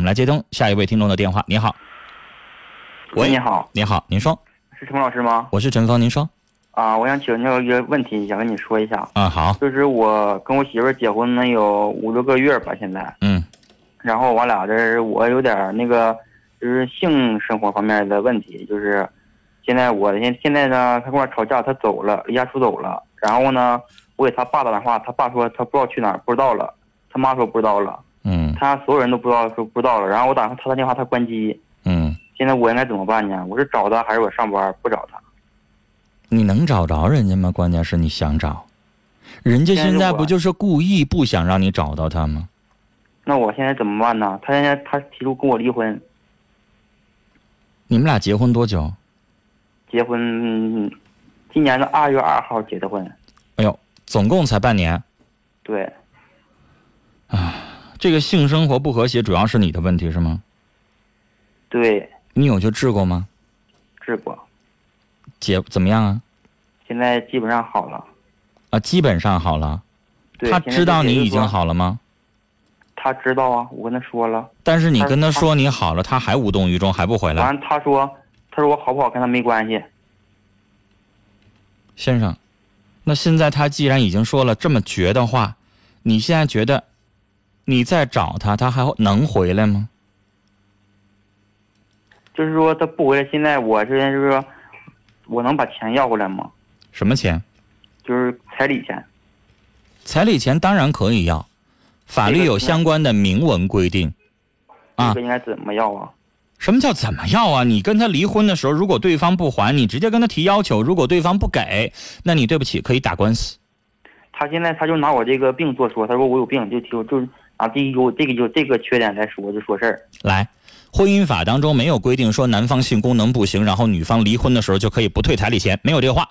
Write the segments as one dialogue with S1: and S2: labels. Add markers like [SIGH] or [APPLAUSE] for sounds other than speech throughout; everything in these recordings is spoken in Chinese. S1: 我们来接通下一位听众的电话。你好，
S2: 喂，你好，
S1: 你好，您说，
S2: 是陈老师吗？
S1: 我是陈峰，您说。
S2: 啊，我想请教一个问题，想跟你说一下，
S1: 啊，好，
S2: 就是我跟我媳妇儿结婚能有五六个月吧，现在，
S1: 嗯
S2: 然后我俩这儿我有点儿那个，就是性生活方面的问题，就是现在我现现在呢，她跟我吵架，她走了，离家出走了，然后呢，我给她爸打电话，她爸说她不知道去哪儿，不知道了，她妈说不知道了，
S1: 嗯
S2: 她所有人都不知道说不知道了，然后我打她的电话，她关机，
S1: 嗯，
S2: 现在我应该怎么办呢？我是找她还是我上班不找她？
S1: 你能找着人家吗？关键是你想找，人家
S2: 现在
S1: 现
S2: 是
S1: 在
S2: 我
S1: 不就是故意不想让你找到他吗？
S2: 那我现在怎么办呢？他现在他提出跟我离婚，
S1: 你们俩结婚多久？
S2: 结婚，嗯今年的二月二号结的婚。
S1: 哎呦，总共才半年。
S2: 对，
S1: 这个性生活不和谐主要是你的问题是吗？
S2: 对，
S1: 你有去治过吗？
S2: 治过，
S1: 姐怎么样啊？
S2: 现在基本上好了。
S1: 啊，基本上好了。
S2: 对，
S1: 他
S2: 现在
S1: 知道
S2: 就
S1: 你
S2: 是
S1: 已
S2: 说
S1: 经，好了吗？
S2: 他知道啊，我跟他说了。
S1: 但是你
S2: 他
S1: 跟他
S2: 他
S1: 说你好了，他还无动于衷，还不回来。
S2: 完，他说，他说我好不好跟他没关系。
S1: 先生，那现在他既然已经说了这么绝的话，你现在觉得你再找他，他还能回来吗？
S2: 就是说他不回来，现在我这边就是说，我能把钱要回来吗？
S1: 什么钱？
S2: 就是彩礼钱。
S1: 彩礼钱当然可以要，法律有相关的明文规定。啊
S2: 这个应该怎么要啊？
S1: 什么叫怎么要啊？你跟他离婚的时候，如果对方不还，你直接跟他提要求；如果对方不给，那你对不起，可以打官司。
S2: 他现在他就拿我这个病做说，他说我有病，就提就是拿这个优这个优这个缺点来说，就说事儿。
S1: 来，婚姻法当中没有规定说男方性功能不行，然后女方离婚的时候就可以不退彩礼钱，没有这个话。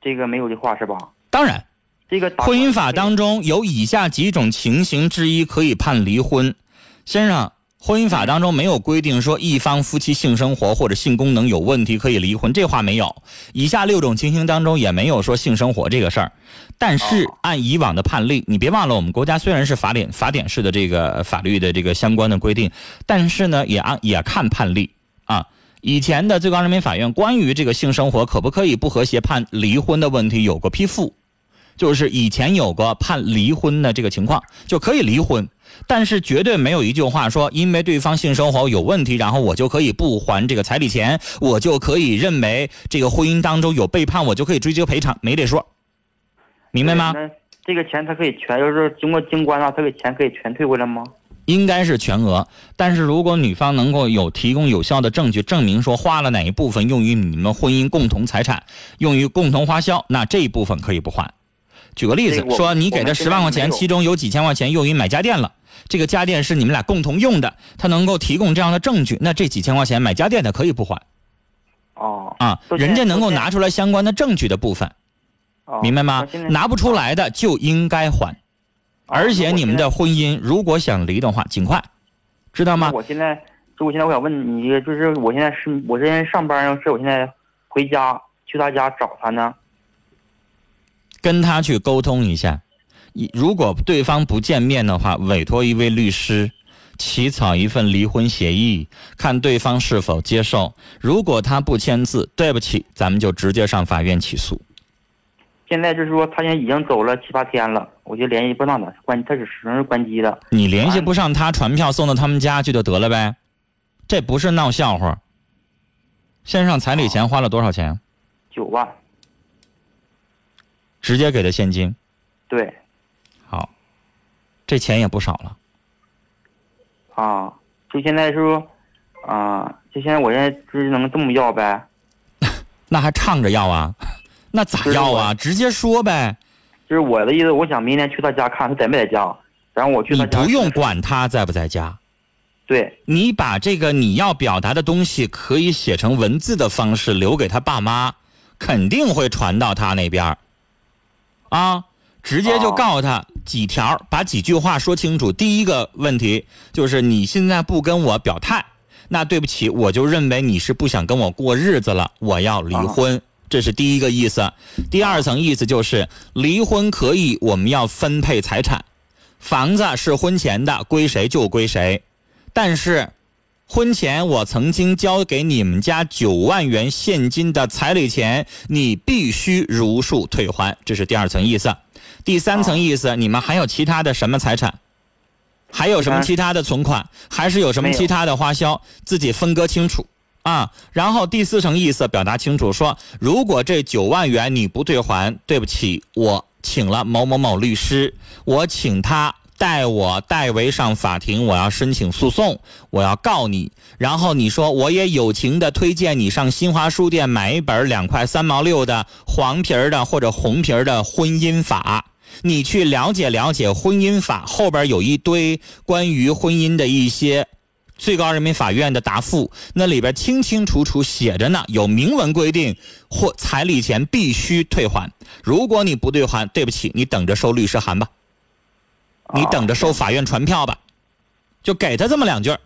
S2: 这个没有的话是吧？
S1: 当然，
S2: 这个打
S1: 婚姻法当中有以下几种情形之一可以判离婚，先生，婚姻法当中没有规定说一方夫妻性生活或者性功能有问题可以离婚，这话没有。以下六种情形当中也没有说性生活这个事儿，但是
S2: 哦
S1: 按以往的判例，你别忘了我们国家虽然是法典法典式的这个呃法律的这个相关的规定，但是呢也按也看判例啊。以前的最高人民法院关于这个性生活可不可以不和谐判离婚的问题有过批复，就是以前有过判离婚的这个情况，就可以离婚，但是绝对没有一句话说，因为对方性生活有问题，然后我就可以不还这个彩礼钱，我就可以认为这个婚姻当中有背叛，我就可以追究赔偿，没这说，明白吗？
S2: 那这个钱他可以全，就是经过经关啊，他给钱可以全退回来吗？
S1: 应该是全额，但是如果女方能够有提供有效的证据证明说花了哪一部分用于你们婚姻共同财产，用于共同花销，那这一部分可以不还。举个例
S2: 这
S1: 子
S2: 个，我
S1: 说你给
S2: 我
S1: 这
S2: 们
S1: 十
S2: 现在
S1: 万块
S2: 没
S1: 钱，
S2: 有
S1: 其中有几千块钱用于买家电了，这个家电是你们俩共同用的，他能够提供这样的证据，那这几千块钱买家电的可以不还
S2: 哦，
S1: 啊，
S2: 都现
S1: 人家能够
S2: 都现
S1: 拿出来相关的证据的部分，
S2: 哦
S1: 明白吗
S2: 我现在？啊
S1: 拿不出来的就应该还，
S2: 哦
S1: 而且你们的婚姻如果想离的话，尽快，知道
S2: 那
S1: 吗？
S2: 我现在，就我现在我想问你，就是我现在是我这人上班，是我现在回家去他家找他呢？
S1: 跟他去沟通一下。一如果对方不见面的话，委托一位律师起草一份离婚协议，看对方是否接受。如果他不签字，对不起，咱们就直接上法院起诉。
S2: 现在就是说他现在已经走了七八天了，我就联系不上他，关他只始终是关机的。
S1: 你联系不上他，传票送到他们家去就得了呗，这不是闹笑话。先生，彩礼钱花了多少钱？
S2: 九万，
S1: 直接给的现金。
S2: 对
S1: 好，这钱也不少了。
S2: 啊，就现在是说，啊，就现在我现在就是能这么要呗，
S1: 那还唱着要啊？ [LAUGHS] 那咋要啊？直接说呗。
S2: 就是我的意思，我想明天去他家看他在没在家，啊然后我去
S1: 你
S2: 他家。
S1: 不用管他在不在家，
S2: 对，
S1: 你把这个你要表达的东西可以写成文字的方式留给他爸妈，肯定会传到他那边儿啊，直接就
S2: 哦
S1: 告诉他几条儿，把几句话说清楚。第一个问题就是你现在不跟我表态，那对不起，我就认为你是不想跟我过日子了，我要离婚。这是第一个意思，第二层意思就是离婚可以，我们要分配财产，房子是婚前的，归谁就归谁。但是婚前我曾经交给你们家九万元现金的彩礼钱，你必须如数退还，这是第二层意思。第三层意思，你们还有其他的什么财产？还有什么其他的存款？还是有什么
S2: 没有
S1: 其他的花销？自己分割清楚啊。然后第四层意思表达清楚说，如果这九万元你不退还，对不起，我请了某某某律师，我请他代我代为上法庭，我要申请诉讼，我要告你。然后你说我也友情的推荐你上新华书店买一本两块三毛六的黄皮儿的或者红皮儿的《婚姻法》。你去了解了解婚姻法后边有一堆关于婚姻的一些最高人民法院的答复，那里边清清楚楚写着呢，有明文规定，或彩礼钱必须退还。如果你不退还，对不起，你等着收律师函吧，
S2: 哦啊
S1: 你等着收法院传票吧，就给他这么两句儿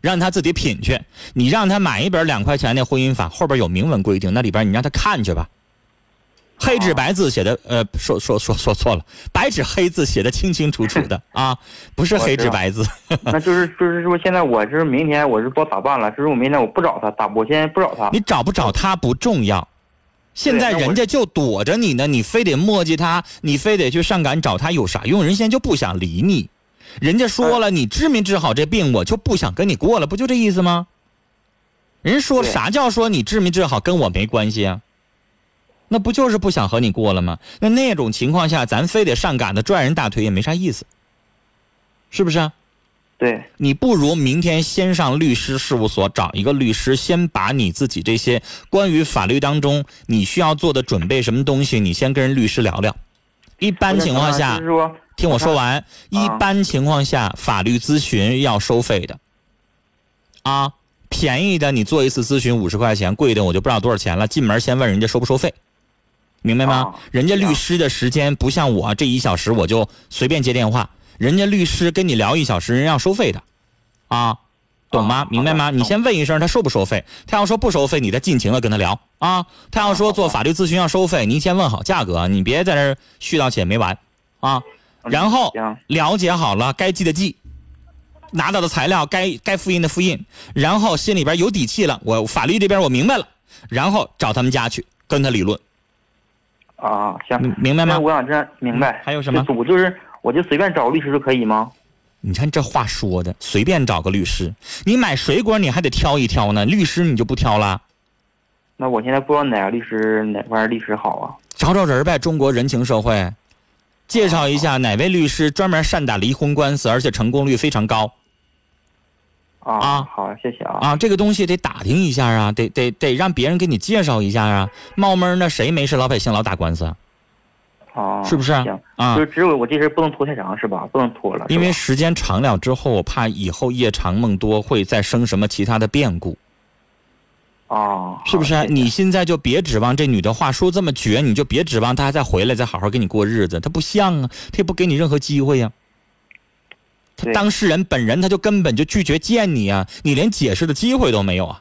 S1: 让他自己品去。你让他买一本两块钱的婚姻法，后边有明文规定，那里边你让他看去吧。黑纸白字写的，呃，说说说说错了，白纸黑字写的清清楚楚
S2: [LAUGHS]
S1: 的啊，不是
S2: 我
S1: 黑
S2: 知
S1: 纸
S2: 道
S1: 白字。
S2: 那就是就是说，现在我就是明天我是不知道咋办了，就是我明天我不找他，打我现在不找他。
S1: 你找不找他不重要，现在
S2: 那我
S1: 人家就躲着你呢，你非得磨叽他，你非得去上赶找他有啥用？人现在就不想理你，人家说
S2: 嗯
S1: 了，你治没治好这病，我就不想跟你过了，不就这意思吗？人说
S2: 对
S1: 啥叫说你治没治好跟我没关系啊？那不就是不想和你过了吗？那那种情况下，咱非得上赶子拽人大腿也没啥意思，是不是啊？
S2: 对，
S1: 你不如明天先上律师事务所找一个律师，先把你自己这些关于法律当中你需要做的准备什么东西，你先跟人律师聊聊。一般情况
S2: 啊就
S1: 下
S2: 是，说，
S1: 听我说完，一般情况下法律咨询要收费的，啊，便宜的你做一次咨询五十块钱，贵的我就不知道多少钱了。进门先问人家收不收费，明白吗
S2: 啊？
S1: 人家律
S2: 啊
S1: 师的时间不像我这一小时我就随便接电话，人家律师跟你聊一小时，人家要收费的，啊，懂
S2: 啊
S1: 吗
S2: 好？的
S1: 明白吗？
S2: 懂
S1: 你先问一声他收不收费，他要说不收费，你再尽情的跟他聊啊。他要说
S2: 哦
S1: 做法律咨询要收费，您先问好价格，你别在这儿絮叨且没完啊。
S2: 嗯
S1: 然后
S2: 行
S1: 了解好了，该记的记，拿到的材料该该复印的复印，然后心里边有底气了，我法律这边我明白了，然后找他们家去跟他理论，
S2: 啊，行，
S1: 明明白
S2: 那
S1: 吗？嗯
S2: 我想这样明白。
S1: 还有什么
S2: 就是我就是我就随便找个律师就可以吗？
S1: 你看这话说的，随便找个律师，你买水果你还得挑一挑呢，律师你就不挑了。
S2: 那我现在不知道哪个律师哪块律师好啊？
S1: 找找人呗，中国人情社会，介绍一下哪位律师专门善打离婚官司，而且成功率非常高
S2: 啊
S1: 啊
S2: 好，谢谢啊。
S1: 啊！这个东西得打听一下啊，得得得让别人给你介绍一下啊。冒闷儿那谁没事老百姓老打官司啊？
S2: 啊，
S1: 是不是啊
S2: 行，
S1: 啊
S2: 就是只有我这事儿不能拖太长是吧？不能拖了。是吧
S1: 因为时间长了之后，我怕以后夜长梦多会再生什么其他的变故，
S2: 啊，
S1: 是不是啊、
S2: 好谢谢
S1: 你现在就别指望这女的话说这么绝，你就别指望她再回来再好好跟你过日子，她不像啊，她也不给你任何机会呀、啊
S2: 对
S1: 当事人本人他就根本就拒绝见你啊，你连解释的机会都没有啊，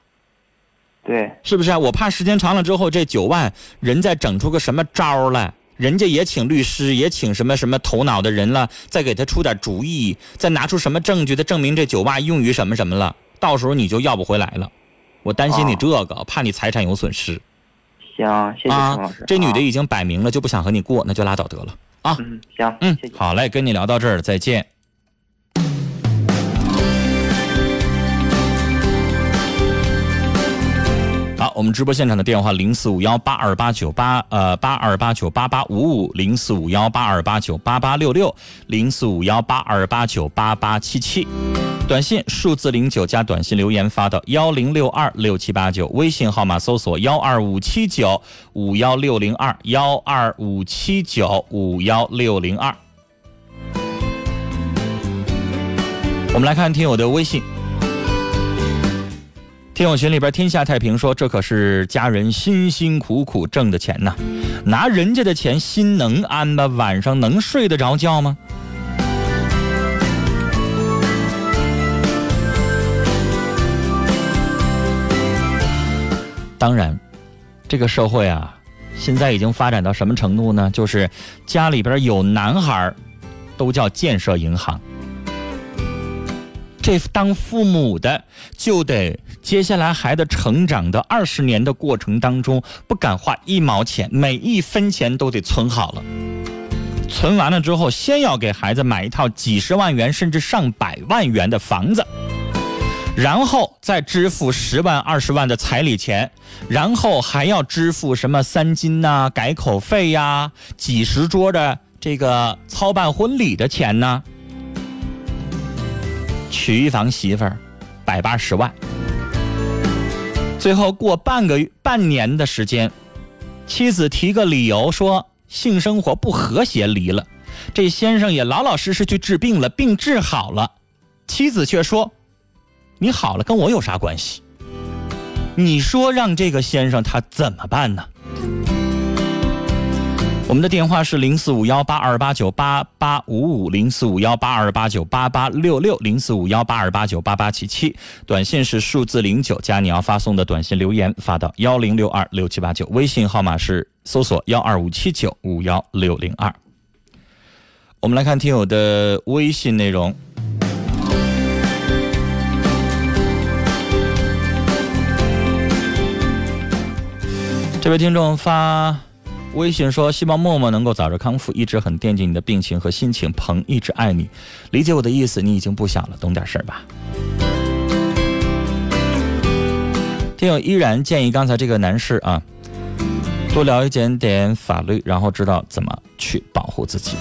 S2: 对
S1: 是不是啊？我怕时间长了之后，这九万人再整出个什么招儿来，人家也请律师，也请什么什么头脑的人了，再给他出点主意，再拿出什么证据，再证明这九万用于什么什么了，到时候你就要不回来了。我担心你这个，怕你财产有损失
S2: 行，谢谢陈老
S1: 啊
S2: 师。。
S1: 这女的
S2: 啊
S1: 已经摆明了就不想和你过，那就拉倒得了。
S2: 嗯，行，
S1: 嗯
S2: 谢谢，。
S1: 好嘞，跟你聊到这儿，再见。好，我们直播现场的电话零四五幺八二八九八呃八二八九八八五五零四五幺八二八九八八六六零四五幺八二八九八八七七。短信数字零九加短信留言发到幺零六二六七八九，微信号码搜索幺二五七九五幺六零二幺二五七九五幺六零二。我们来看听友的微信，听友群里边天下太平说：“这可是家人辛辛苦苦挣的钱呐，拿人家的钱心能安吗？晚上能睡得着觉吗？”当然，这个社会啊，现在已经发展到什么程度呢？就是家里边有男孩儿，都叫建设银行。这当父母的就得接下来孩子成长的二十年的过程当中，不敢花一毛钱，每一分钱都得存好了。存完了之后，先要给孩子买一套几十万元甚至上百万元的房子，然后再支付十万、二十万的彩礼钱，然后还要支付什么三金呐、改口费呀、几十桌的这个操办婚礼的钱呐、娶一房媳妇儿，百八十万。最后过半个月半年的时间，妻子提个理由说性生活不和谐离了，这先生也老老实实去治病了，病治好了，妻子却说：“你好了跟我有啥关系？”你说让这个先生他怎么办呢？我们的电话是零四五幺八二八九八八五五，零四五幺八二八九八八六六，零四五幺八二八九八八七七。短信是数字零九加你要发送的短信留言发到幺零六二六七八九，微信号码是搜索幺二五七九五幺六零二。我们来看听友的微信内容。这位听众发微信说：“希望默默能够早日康复，一直很惦记你的病情和心情，鹏一直爱你，理解我的意思，你已经不小了，懂点事儿吧。”听友依然建议刚才这个男士啊，多聊一点点法律，然后知道怎么去保护自己。